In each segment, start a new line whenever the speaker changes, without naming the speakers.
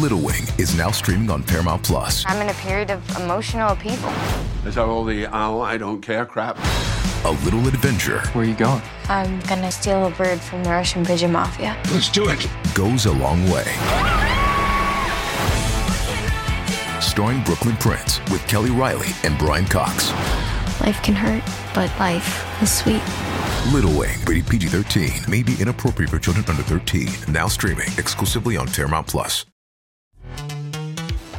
Little Wing is now streaming on Paramount Plus.
I'm in a period of emotional upheaval.
As I roll the owl, I don't care crap.
A little adventure
Where are you going?
I'm gonna steal a bird from the Russian pigeon mafia.
Let's do it.
goes a long way. Starring Brooklyn Prince with Kelly Riley and Brian Cox.
Life can hurt, but life is sweet.
Little Wing, rated PG 13, may be inappropriate for children under 13. Now streaming exclusively on Paramount Plus.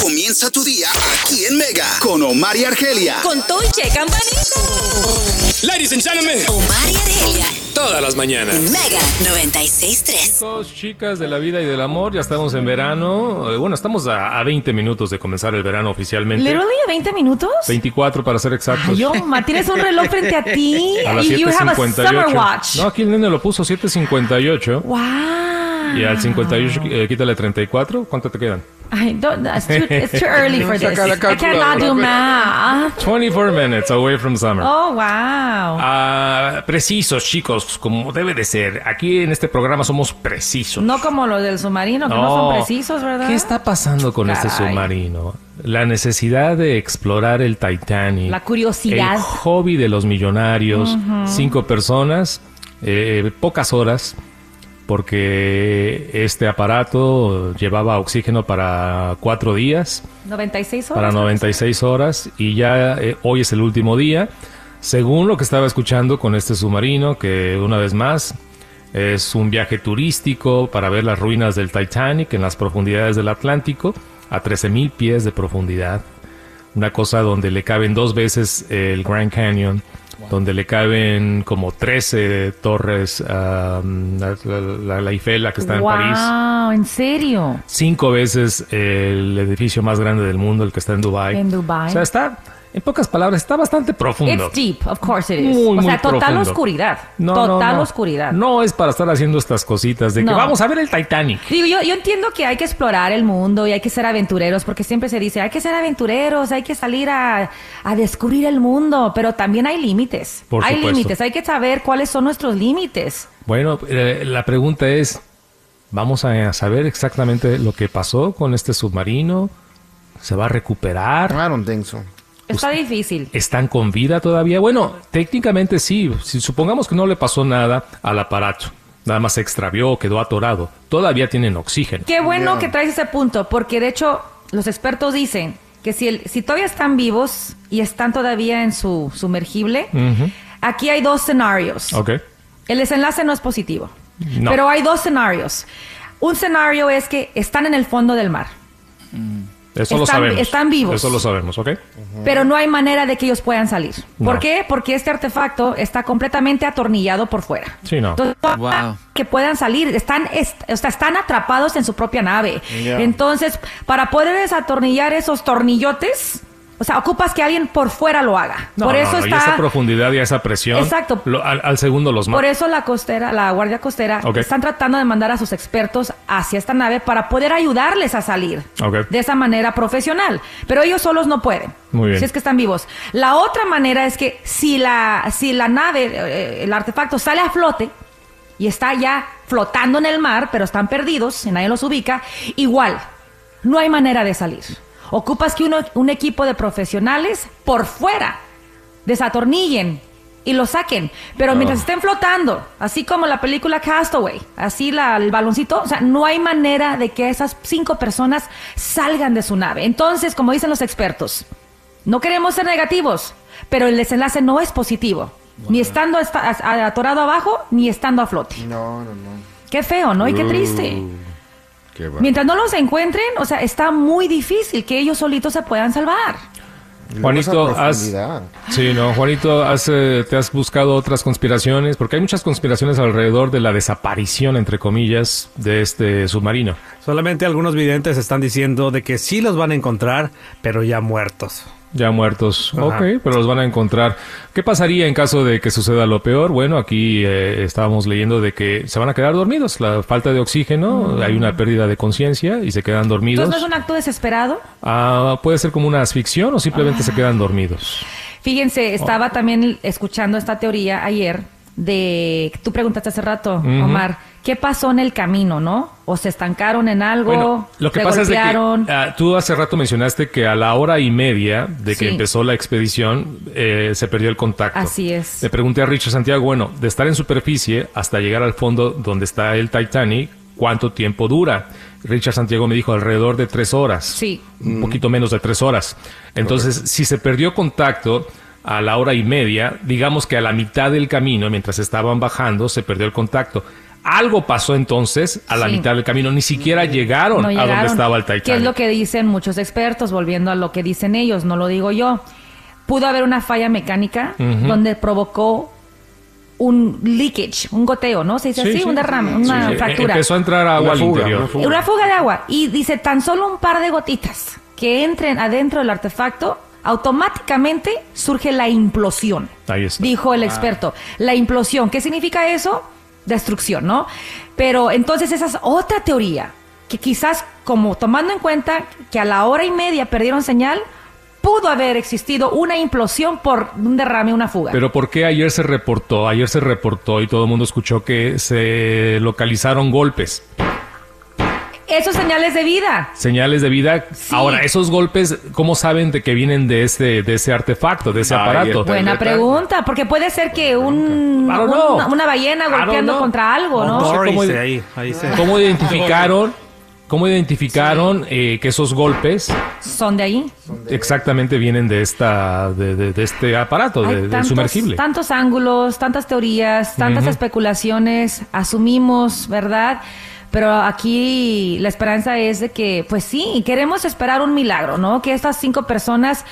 Comienza tu día aquí en Mega con Omar y Argelia.
Con Tunche Campanita.
Ladies and gentlemen,
Omar y Argelia.
todas las mañanas.
Mega 96.3.
Chicos, chicas de la vida y del amor, ya estamos en verano. Eh, Bueno, estamos a, a 20 minutos de comenzar el verano oficialmente.
¿Literally 20 minutos?
24 para ser exactos.
Ay, Omar, tienes un reloj frente a ti
a las
y you have a summer watch.
7.58. No, aquí el nene lo puso 7.58.
Wow.
Y al 58 eh, quítale 34. ¿Cuánto te quedan?
Ay, don't- that's too, it's too early for this.
Saca la
I cannot do math.
24 minutes away from summer.
Oh, wow.
Ah, precisos, chicos, como debe de ser. Aquí en este programa somos precisos.
No como los del submarino, que no, son precisos, ¿verdad?
¿Qué está pasando con este
Caray.
submarino? La necesidad de explorar el Titanic.
La curiosidad.
El hobby de los millonarios. Cinco personas, eh, pocas horas, porque este aparato llevaba oxígeno para cuatro días,
96 horas.
para 96 horas, y ya eh, hoy es el último día. Según lo que estaba escuchando con este submarino, que una vez más es un viaje turístico para ver las ruinas del Titanic en las profundidades del Atlántico, a 13.000 pies de profundidad. Una cosa donde le caben dos veces el Grand Canyon, donde le caben como 13 torres, um, la, la, la- la Eiffel, la que está en
wow,
París.
en serio.
Cinco veces eh, el edificio más grande del mundo, el que está en Dubái.
En Dubái.
O sea, está, en pocas palabras, está bastante profundo.
It's deep, of course it is.
Muy,
o
muy
sea, total
profundo.
oscuridad.
No, no,
total
no.
oscuridad.
No es para estar haciendo estas cositas de que
No.
vamos a ver el Titanic.
Digo, yo, yo entiendo que hay que explorar el mundo y hay que ser aventureros, porque siempre se dice, hay que ser aventureros, hay que salir a, a descubrir el mundo, pero también hay límites.
Por
hay
supuesto.
límites, hay que saber cuáles son nuestros límites.
Bueno, eh, la pregunta es, ¿vamos a saber exactamente lo que pasó con este submarino? ¿Se va a recuperar?
I don't think so.
Está difícil.
¿Están con vida todavía? Bueno, técnicamente sí. Si supongamos que no le pasó nada al aparato, nada más se extravió, quedó atorado. Todavía tienen oxígeno.
Qué bueno que traes ese punto, porque de hecho los expertos dicen que si, el- si todavía están vivos y están todavía en su sumergible, aquí hay dos escenarios.
Ok.
El desenlace no es positivo.
No.
Pero hay dos escenarios. Un escenario es que están en el fondo del mar,
Eso lo
Están-
sabemos.
están vivos.
Eso lo sabemos, ¿ok?
pero no hay manera de que ellos puedan salir. ¿Por
No.
qué? Porque este artefacto está completamente atornillado por fuera.
Sí, no.
Entonces, no hay
Wow.
manera que puedan salir, están, est- o sea, están atrapados en su propia nave.
Yeah.
Entonces, para poder desatornillar esos tornillotes, o sea, ocupas que alguien por fuera lo haga.
No,
por
no,
eso
no, Y
está.
esa profundidad y esa presión.
Exacto.
lo- al, al segundo los
Por
mata.
eso la costera, la guardia costera,
Ok.
están tratando de mandar a sus expertos hacia esta nave para poder ayudarles a salir
Ok.
de esa manera profesional. Pero ellos solos no pueden.
Muy bien.
Si es que están vivos. La otra manera es que si la, si la nave, eh, el artefacto sale a flote y está ya flotando en el mar, pero están perdidos y nadie los ubica, igual, no hay manera de salir. Ocupas que uno, un equipo de profesionales por fuera desatornillen y lo saquen. Pero mientras estén flotando, así como la película Castaway, así la- el baloncito, o sea, no hay manera de que esas cinco personas salgan de su nave. Entonces, como dicen los expertos, no queremos ser negativos, pero el desenlace no es positivo. Ni estando esta- a- a- atorado abajo, ni estando a flote.
No, no, no.
Qué feo, ¿no? Y qué
Uh,
triste. Mientras no los encuentren, o sea, está muy difícil que ellos solitos se puedan salvar.
Juanito, has, sí, no, Juanito, has, eh, te has buscado otras conspiraciones, porque hay muchas conspiraciones alrededor de la desaparición, entre comillas, de este submarino.
Solamente algunos videntes están diciendo de que sí los van a encontrar, pero ya muertos.
Ya muertos.
Ajá.
Ok, pero los van a encontrar. ¿Qué pasaría en caso de que suceda lo peor? Bueno, aquí eh, estábamos leyendo de que se van a quedar dormidos. La falta de oxígeno,
Mm.
hay una pérdida de conciencia y se quedan dormidos.
Entonces no es un acto desesperado.
Ah, puede ser como una asfixia o simplemente
Ah.
se quedan dormidos. Oh.
Fíjense, estaba también escuchando esta teoría ayer de tú preguntaste hace rato, Omar, ¿qué pasó en el camino, no? O se estancaron en algo,
Bueno, lo que
se
pasa
golpearon.
es de que ah, tú hace rato mencionaste que a la hora y media de que
Sí.
empezó la expedición eh, se perdió el contacto.
Así es.
Le pregunté a Richard Santiago, bueno, de estar en superficie hasta llegar al fondo donde está el Titanic, ¿cuánto tiempo dura? Richard Santiago me dijo alrededor de tres horas.
Sí.
Un
Mm.
poquito menos de tres horas. Entonces, si se perdió contacto a la hora y media, digamos que a la mitad del camino, mientras estaban bajando, se perdió el contacto. Algo pasó entonces a la
Sí.
mitad del camino, ni siquiera llegaron
No
a
llegaron.
donde estaba el Titanic.
¿Qué es lo que dicen muchos expertos? Volviendo a lo que dicen ellos, no lo digo yo. Pudo haber una falla mecánica donde provocó un leakage, un goteo, ¿no? Se dice
Sí,
así,
sí.
un derrame,
Sí,
una
sí. E-
fractura.
Empezó a entrar agua
Una
al
fuga,
interior.
una fuga.
Una fuga de agua. Y dice, tan solo un par de gotitas que entren adentro del artefacto, automáticamente surge la implosión.
Ahí está. Ah.
Dijo el experto. La implosión. ¿Qué significa eso? Destrucción, ¿no? Pero entonces esa es otra teoría. Que quizás, como tomando en cuenta que a la hora y media perdieron señal, pudo haber existido una implosión por un derrame, una fuga.
Pero ¿por qué ayer se reportó? Ayer se reportó y todo el mundo escuchó que se localizaron golpes,
Esos señales de vida.
señales de vida.
Sí.
Ahora, esos golpes, ¿cómo saben de que vienen de este, de ese artefacto, de ese
Ahí
aparato?
está.
Buena
Detalle.
pregunta, porque puede ser que un,
I don't
un-
know.
una, ballena
I don't
golpeando
know. Oh,
contra algo, ¿no?
sé
Doris,
cómo-
ahí, ahí se-
¿Cómo identificaron? ¿Cómo identificaron eh, que esos golpes
Son de ahí.
exactamente vienen de esta de, de- de este aparato,
Hay
de- del
tantos,
sumergible?
tantos ángulos, tantas teorías, tantas especulaciones, asumimos, ¿verdad? Pero aquí la esperanza es de que, pues sí, queremos esperar un milagro, ¿no? Que estas cinco personas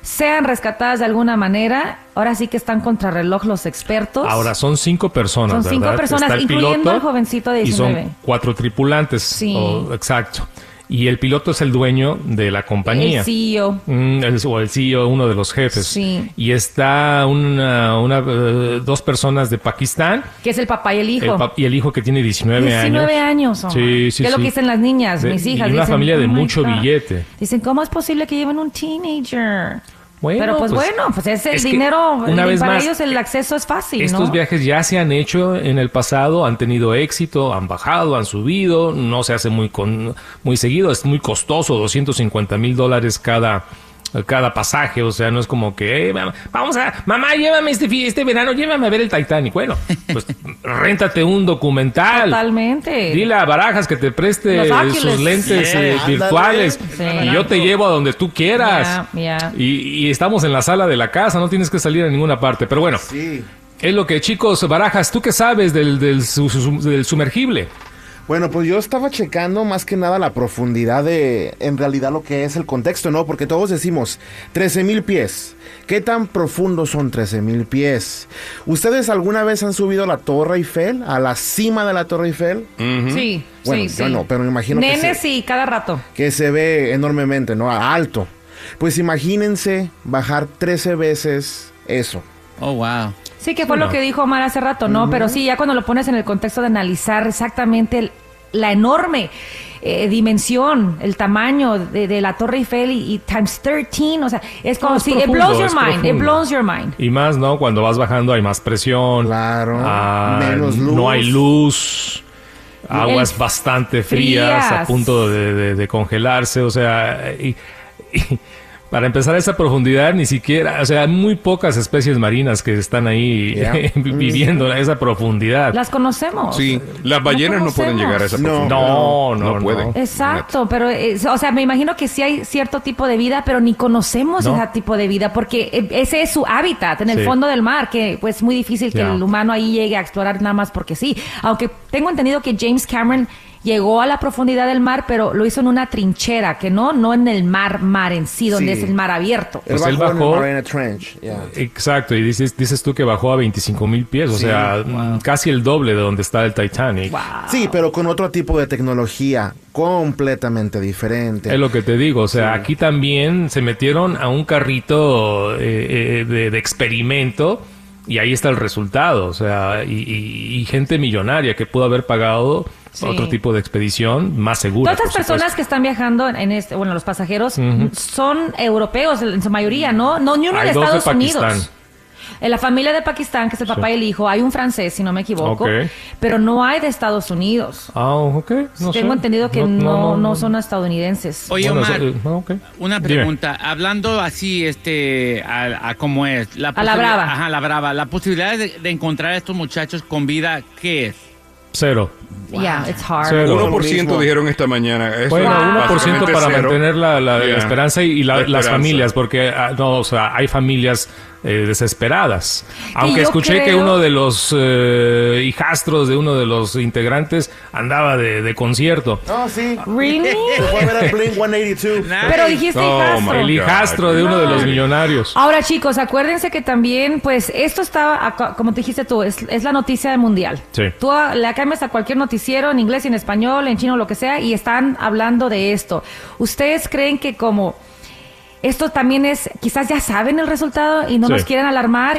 sean rescatadas de alguna manera. Ahora sí que están contrarreloj los expertos.
Ahora son cinco personas,
Son cinco
¿verdad?
personas,
Está el
incluyendo
piloto
al jovencito de
Y
19.
son cuatro tripulantes.
Sí.
o- exacto. Y el piloto es el dueño de la compañía.
el E CEO.
Mm, el- o el CEO, uno de los jefes.
Sí.
Y está una, una, eh, dos personas de Pakistán
Que es el papá y el hijo.
el pap- y el hijo que tiene 19,
19 años.
años.
Omar.
Sí, sí,
¿Qué es lo
sí.
que dicen las niñas,
De-
mis hijas?
Y una
Dicen,
familia de
"Oh my
mucho
God".
billete.
Dicen, ¿cómo es posible que lleven un teenager?
Bueno,
Pero pues,
pues,
bueno, pues es el
es que,
dinero.
una
el-
vez
para
más,
ellos el acceso es fácil,
Estos
¿no?
viajes ya se han hecho en el pasado, han tenido éxito, han bajado, han subido, no se hace muy, con, muy seguido, es muy costoso, 250 mil dólares cada cada pasaje, o sea, no es como que "Eh, mam- vamos a, mamá, llévame este, fi- este verano, llévame a ver el Titanic. Bueno, pues réntate un documental.
Totalmente.
Dile a Barajas que te preste
Los Oculus.
sus lentes
Yeah,
eh,
ándale.
virtuales
Sí.
y yo te llevo a donde tú quieras.
Ya, ya.
Y, y estamos en la sala de la casa, no tienes que salir a ninguna parte. Pero bueno, es lo que, chicos, Barajas, ¿tú qué sabes del, del su- su- del sumergible?
Bueno, pues yo estaba checando más que nada la profundidad de, en realidad, lo que es el contexto, ¿no? Porque todos decimos 13 mil pies. ¿Qué tan profundos son 13 mil pies? ¿Ustedes alguna vez han subido a la Torre Eiffel? ¿A la cima de la Torre Eiffel?
Mm. Sí,
Bueno,
sí,
yo
sí.
no, pero me imagino que
Nenes
sí.
sí, cada rato.
que se ve enormemente, ¿no? A- Alto. Pues imagínense bajar 13 veces eso.
Oh, wow.
Sí, que fue lo que dijo Omar hace rato, ¿no? Pero sí, ya cuando lo pones en el contexto de analizar exactamente el- la enorme eh, dimensión, el tamaño de, de la Torre Eiffel y, y times 13, o sea, es como
No, es
si... it
profundo,
blows your
es
mind, it
profundo.
blows your mind.
Y más, ¿no? Cuando vas bajando hay más presión.
Claro,
Ah,
menos luz.
No hay luz. Aguas
El-
bastante frías,
frías.
a punto de, de- de congelarse. O sea, y- y para empezar a esa profundidad, ni siquiera, o sea, hay muy pocas especies marinas que están ahí
Yeah. Mm.
viviendo a esa profundidad.
Las conocemos.
Sí, las ballenas no pueden
conocemos.
llegar a esa
No.
profundidad.
no, no, no,
pueden.
Exacto, pero, eh, o sea, me imagino que sí hay cierto tipo de vida, pero ni conocemos
No.
ese tipo de vida, porque eh, ese es su hábitat, en el
Sí.
fondo del mar, que pues es muy difícil que
Ya.
el humano ahí llegue a explorar nada más porque sí. Aunque tengo entendido que James Cameron llegó a la profundidad del mar, pero lo hizo en una trinchera, que no, no en el mar, mar en sí, donde
Sí.
es el mar abierto.
Pues él
bajó en el
bajó-
Mariana Trench. yeah.
Exacto, y dices, dices tú que bajó a 25 mil pies, o
Sí,
sea, casi el doble de donde está el Titanic.
Sí, pero con otro tipo de tecnología completamente diferente.
Es lo que te digo, o sea, aquí también se metieron a un carrito eh, eh, de, de experimento y ahí está el resultado, o sea, y, y- y gente millonaria que pudo haber pagado
Sí.
otro tipo de expedición más segura.
Todas estas
por
personas
supuesto.
que están viajando en este, bueno, los pasajeros
Ujú.
son europeos en su mayoría, ¿no? No, ni uno
Hay
de
dos de
Estados Unidos.
Pakistán.
En la familia de Pakistán, que es el papá
Sí.
y el hijo, hay un francés, si no me equivoco,
Ok.
pero no hay de Estados Unidos.
Ah, ok. no
Tengo
sé.
entendido que no, no son estadounidenses.
Oye,
Bueno,
Omar,
eso, eh, ok.
una
Dime.
pregunta. Hablando así, este, a, a cómo es. La
A la
posibilidad-
pues,
brava.
ah,
Ajá, la brava. La posibilidad de, de encontrar a estos muchachos con vida, ¿qué es?
Cero.
Yeah, it's hard.
Cero.
1% dijeron esta mañana. Eso
Bueno,
es
1%
básicamente
para
cero.
mantener la, la- la
Yeah.
esperanza y la-
La
las
esperanza.
familias, porque ah, no, o sea, hay familias eh, desesperadas. Aunque
yo
escuché que
creo-
uno de los eh, hijastros de uno de los integrantes andaba de, de concierto.
No, sí.
Really?
Se fue a ver a Blink 182.
Pero dijiste
No,
hijastro.
El hijastro de uno de los millonarios.
Ahora chicos, acuérdense que también, pues esto está, acá- como te dijiste tú, es, es la noticia del mundial.
Sí.
Tú ah, le cambias a cualquier noticiero en inglés, en español, en chino, lo que sea, y están hablando de esto. ¿Ustedes creen que como esto también es, quizás ya saben el resultado y no
Sí.
nos quieren alarmar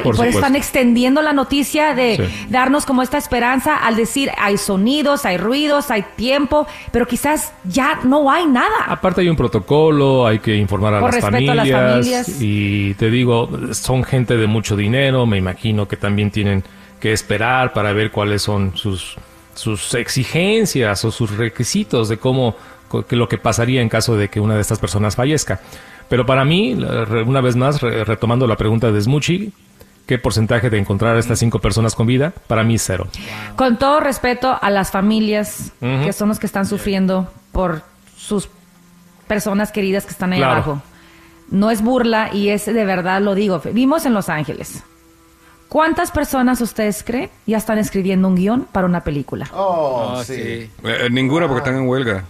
Por
y por eso
supuesto.
están extendiendo la noticia de
Sí.
darnos como esta esperanza al decir hay sonidos, hay ruidos, hay tiempo, pero quizás ya no hay nada?
Aparte hay un protocolo, hay que informar a
Por
las,
respeto a
familias,
las familias.
Y te digo, son gente de mucho dinero, me imagino que también tienen que esperar para ver cuáles son sus, sus exigencias o sus requisitos de cómo co- que lo que pasaría en caso de que una de estas personas fallezca. Pero para mí, la- re- una vez más, re- retomando la pregunta de Smuchi, ¿qué porcentaje de encontrar a estas cinco personas con vida? Para mí, cero.
Con todo respeto a las familias
Ujú.
que son los que están sufriendo por sus personas queridas que están ahí
Claro.
abajo. No es burla y es de verdad lo digo. Vimos en Los Ángeles. ¿Cuántas personas ustedes creen ya están escribiendo un guión para una película?
Oh, sí. Eh, eh, ninguna porque están en huelga.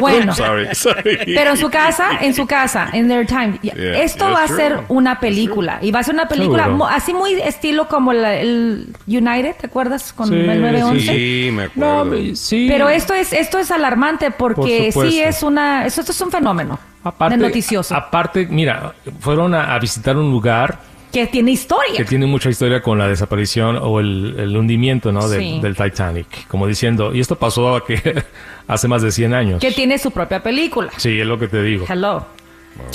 Bueno.
Sorry, sorry.
Pero en su casa, en su casa, en their time. Y
Yeah,
Esto
yeah,
va a
sure.
ser una película. Y va a ser una película
Seguro.
mo- así muy estilo como la- el United, ¿te acuerdas? Con
Sí,
el 911.
sí, me acuerdo.
sí.
Pero esto es esto es alarmante porque
Por
sí
supuesto.
es una esto, esto es un fenómeno
Aparte,
de noticioso
aparte, mira, fueron a- a visitar un lugar
que tiene historia.
que tiene mucha historia con la desaparición o el, el hundimiento ¿no? del,
Sí.
del Titanic. Como diciendo, y esto pasó a que hace más de 100 años.
que tiene su propia película.
Sí, es lo que te digo.
Hello.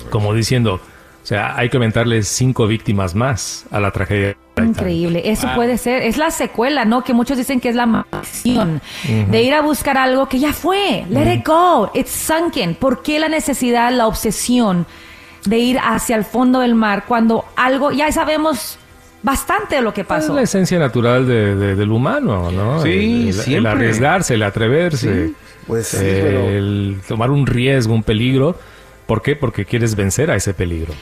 Como diciendo, o sea, hay que aumentarle cinco víctimas más a la tragedia. del Titanic.
Increíble, eso
Wow.
puede ser, es la secuela, ¿no? Que muchos dicen que es la maldición
Ujú.
de ir a buscar algo que ya fue, let it go, it's sunken. ¿Por qué la necesidad, la obsesión de ir hacia el fondo del mar cuando algo ya sabemos bastante de lo que
Es
pasó?
la esencia natural de- de- del humano, ¿no?
Sí,
el, el- el
siempre.
arriesgarse, el atreverse.
Pues sí,
eh,
pero-
El tomar un riesgo, un peligro. ¿Por qué? Porque quieres vencer a ese peligro.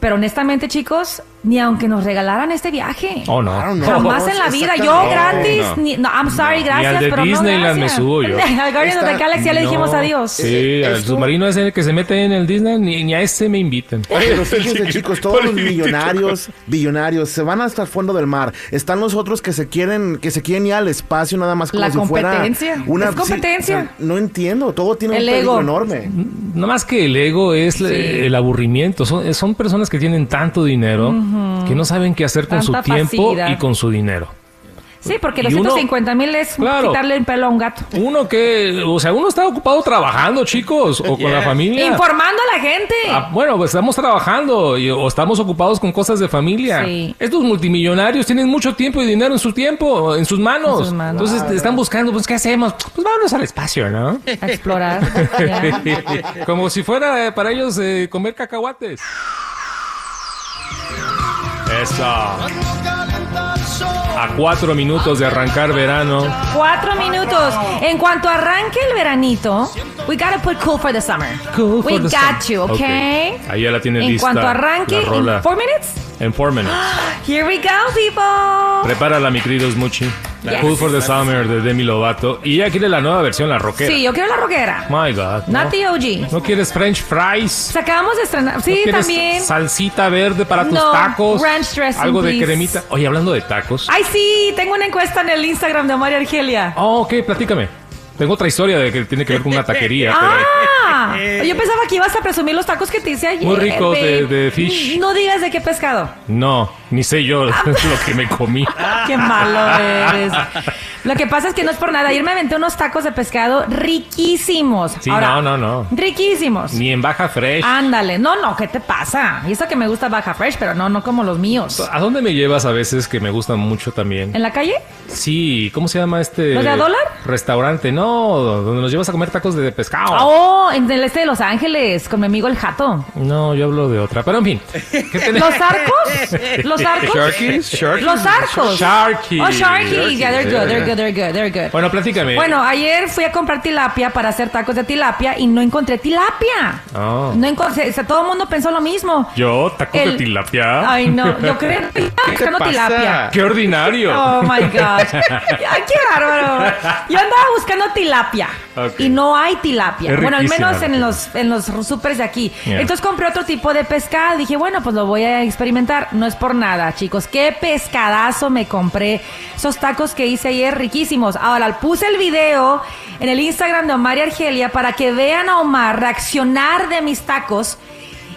Pero honestamente, chicos, ni aunque nos regalaran este viaje.
¿O no?
no. Jamás en la vida, yo
No,
gratis,
no.
ni- no, I'm sorry, gracias,
Ni al de
pero
Disneyland
no
me
gracias.
subo yo.
Al Guardians of the Galaxy ya le dijimos
No,
adiós.
Sí, al submarino es el que se mete en el Disney, ni, ni a ese me invitan.
Pero fíjense, chicos, todos los millonarios, billonarios, se van hasta el fondo del mar. Están los otros que se quieren, que se quieren ir al espacio nada más como
La
si fuera
competencia.
una
Es competencia.
sí, o sea, no entiendo, todo tiene
El
un peligro
ego.
enorme.
No más que el ego es la- el aburrimiento. Son, son personas que tienen tanto dinero
Ujú.
que no saben qué hacer con
Tanta
su tiempo
facilidad.
y con su dinero.
Sí, porque
Y
los
uno-
150 mil es
Claro.
quitarle el pelo a un gato.
Uno que, o sea, uno está ocupado trabajando, chicos, o con la familia.
Informando a la gente.
Ah, bueno, pues estamos trabajando y- o estamos ocupados con cosas de familia.
Sí.
Estos multimillonarios tienen mucho tiempo y dinero en su tiempo, en sus manos.
En sus manos.
Entonces
Claro.
están buscando, pues, ¿qué hacemos? Pues vámonos al espacio, ¿no?
A explorar. ya.
Como si fuera eh, para ellos eh, comer cacahuates. Eso. A cuatro minutos de arrancar verano.
Cuatro minutos. En cuanto arranque el veranito, we gotta put cool for the summer.
Cool
we
for the
got
summer.
you,
Ok.
okay?
Ahí ya la tiene
En
lista.
cuanto arranque,
la rola.
en four minutes,
en four minutes.
Here we go, people.
Prepárala, mi querido Smuchi.
Yes.
Cool for the Summer de Demi Lovato. Y ya quiere la nueva versión, la rockera.
Sí, yo quiero la roquera.
My God. ¿no?
Nati OG.
¿No quieres French fries?
Se acabamos de estrenar.
¿No
Sí,
quieres
también.
Salsita verde para tus
No,
tacos.
ranch dressing,
Algo de
please.
cremita. Oye, hablando de tacos.
Ay, sí, tengo una encuesta en el Instagram de María Argelia.
Oh, ok, platícame. Tengo otra historia de que tiene que ver con una taquería.
Ah, yo pensaba que ibas a presumir los tacos que te hice ayer.
Eh. Muy ricos de-
babe.
de fish.
No digas de qué pescado.
pero no, ni sé yo lo que me comí.
Qué malo eres. Lo que pasa es que no es por nada. Ayer me aventé unos tacos de pescado riquísimos.
Sí,
Ahora,
no, no, no.
Riquísimos.
Ni en baja fresh.
Ándale, no, no, ¿qué te pasa? Y eso que me gusta Baja Fresh, pero no, no como los míos.
¿A dónde me llevas a veces que me gustan mucho también?
¿En la calle?
Sí, ¿cómo se llama este?
¿Los de a dólar?
Restaurante, no, donde nos llevas a comer tacos de pescado.
Oh, en el este de Los Ángeles, con mi amigo el jato.
No, yo hablo de otra, pero en fin.
¿Los arcos? ¿Los arcos?
Sharkies, Sharkies.
¿Los arcos?
Sharkies.
Oh, Sharkies. Yeah, they're good, they're
Yeah.
good, they're good, they're good.
Bueno, eh. platícame.
Bueno, ayer fui a comprar tilapia para hacer tacos de tilapia y no encontré tilapia.
Oh.
No encontré, o sea, todo el mundo pensó lo mismo.
Yo, tacos
El-
de tilapia.
Ay, no, yo creo que buscando tilapia.
Qué ordinario.
Oh my God. Ay, qué bárbaro. Yo andaba buscando tilapia
Ok.
y no hay tilapia.
Es
bueno, al
riquísima
menos
la
en los en los supers de aquí.
Yeah.
Entonces compré otro tipo de pescado. Dije, bueno, pues lo voy a experimentar. No es por nada, chicos. Qué pescadazo me compré. Esos tacos que hice ayer riquísimos. Ahora puse el video en el Instagram de Omar y Argelia para que vean a Omar reaccionar de mis tacos.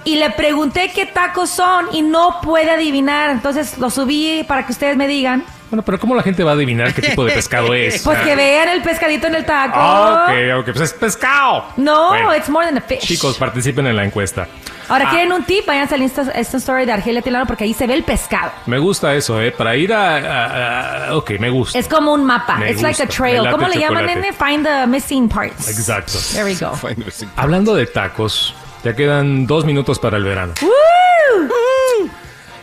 Y le pregunté qué tacos son y no puede adivinar. Entonces lo subí para que ustedes me digan.
Bueno, pero ¿cómo la gente va a adivinar qué tipo de pescado es?
Pues que vean el pescadito en el taco.
Ah, Ok, ok, pues es pescado.
No,
Bueno,
it's more than a fish.
Chicos, participen en la encuesta.
Ahora,
Ah.
¿quieren un tip? Váyanse al Insta, Insta Story de Argelia Tilano porque ahí se ve el pescado.
Me gusta eso, ¿eh? Para ir a... a- a- ok, me gusta.
Es como un mapa.
Me
It's like a
gusta.
trail.
Me late
¿Cómo
el
le llaman,
chocolate.
nene? Find the missing parts.
Exacto.
There we go.
Hablando de tacos, ya quedan dos minutos para el verano.
Woo!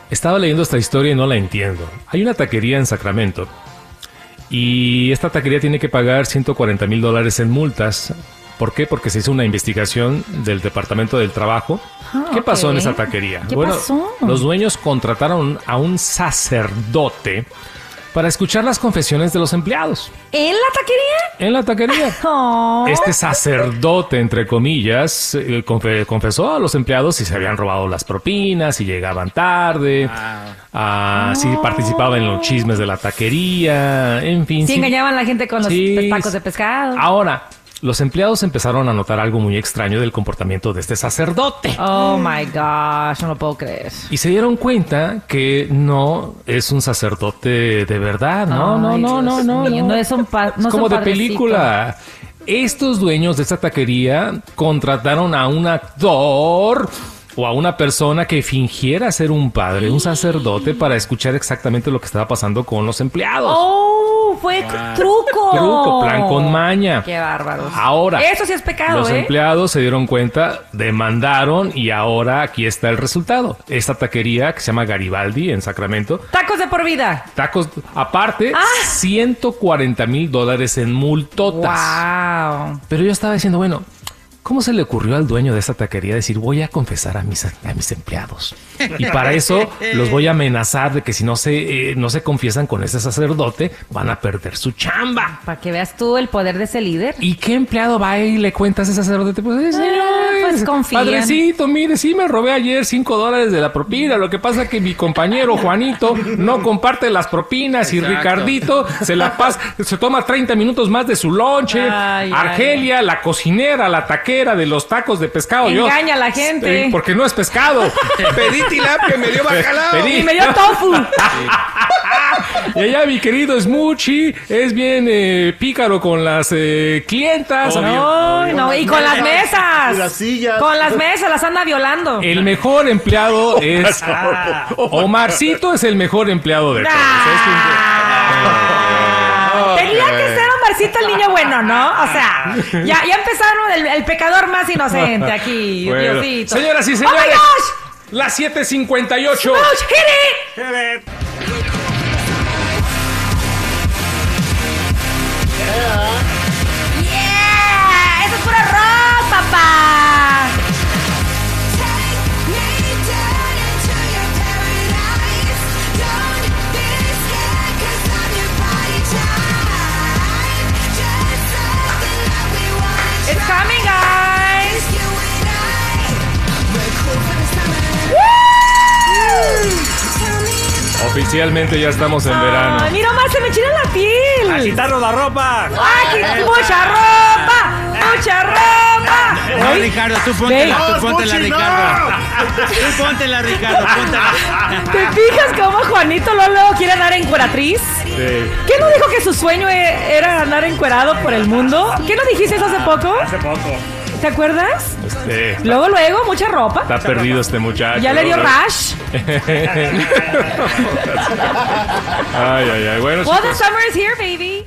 Estaba leyendo esta historia y no la entiendo. Hay una taquería en Sacramento y esta taquería tiene que pagar 140 mil dólares en multas. ¿Por qué? Porque se hizo una investigación del Departamento del Trabajo.
Ah,
¿Qué pasó en
ok.
esa taquería?
¿Qué pasó?
los dueños contrataron a un sacerdote para escuchar las confesiones de los empleados.
¿En la taquería?
En la taquería.
Oh.
Este sacerdote, entre comillas, eh, confe- confesó a los empleados si se habían robado las propinas, si llegaban tarde, ah, si participaban en los chismes de la taquería, en fin.
Sí,
sí.
engañaban a la gente con los
Sí, Ah.
pe- tacos de pescado.
Ahora, los empleados empezaron a notar algo muy extraño del comportamiento de este sacerdote.
Oh my gosh, no lo puedo creer.
Y se dieron cuenta que no es un sacerdote de verdad, no, no,
Ay,
no,
Dios
no, no,
mío,
no.
no es un pa- no es
es como
un
de
padrecito.
película. Estos dueños de esta taquería contrataron a un actor o a una persona que fingiera ser un padre, un sacerdote, para escuchar exactamente lo que estaba pasando con los empleados.
Oh, fue truco.
ah. Truco, plan con maña.
Qué bárbaro.
Ahora,
Eso sí es pecado,
los
¿eh?
empleados se dieron cuenta, demandaron y ahora aquí está el resultado. Esta taquería que se llama Garibaldi en Sacramento
Tacos de por vida.
Tacos, aparte,
Ah.
140 mil dólares en multotas. Pero yo estaba diciendo, bueno, ¿cómo se le ocurrió al dueño de esta taquería decir, voy a confesar a mis, a mis empleados? Y para eso los voy a amenazar de que si no se, eh, no se confiesan con ese sacerdote, van a perder su chamba.
Para que veas tú el poder de ese líder.
¿Y qué empleado va y le cuentas a ese sacerdote?
Eh,
Pues,
pues confía.
Padrecito, mire, sí me robé ayer 5 dólares de la propina. Lo que pasa que mi compañero Juanito no comparte las propinas y
Exacto.
Ricardito se la pasa, se toma 30 minutos más de su lonche.
Ay, ay,
Argelia, la cocinera, la taquera de los tacos de pescado. yo-
Engaña a la gente.
Eh, porque no es pescado.
Pedí tilapia y me dio bacalao.
Pedí. Ah,
Y me dio tofu.
Y allá mi querido Smuchi es bien eh, pícaro con las eh, clientas.
Ay, no, y con las mesas.
Y las sillas.
Con las mesas, las anda violando.
El mejor empleado es
Ah.
Omarcito es el mejor empleado de todos.
Tenía que ser Omarcito el niño bueno, ¿no? O sea, ya, ya empezaron el, el pecador más inocente aquí,
Bueno,
Diosito.
Señoras y
¡Oh, my
señores,
gosh!
las 7:58.
Smuch, hit ¡Yeah! ¡Eso es puro rock, papá!
Oficialmente ya estamos en verano.
Ay, mira más, se me chila la piel.
A quitarnos la ropa.
¡Ay,
Eh,
quit- mucha ropa! ¡Mucha
eh,
ropa!
No,
Ay,
Ricardo, tú póntela,
Ve.
tú póntela,
Puchi, no.
Ricardo. Tú póntela, Ricardo, póntela.
¿Te fijas cómo Juanito Lolo quiere andar encueratriz? ¿Qué no dijo que su sueño e- era andar encuerado por el mundo? ¿Qué no dijiste eso hace poco?
Hace poco.
¿Te acuerdas?
Este,
Luego, luego, mucha ropa.
está perdido este muchacho.
Ya le dio
¿verdad?
rash.
ay, ay, ay. Bueno,
Well, the summer is here, baby.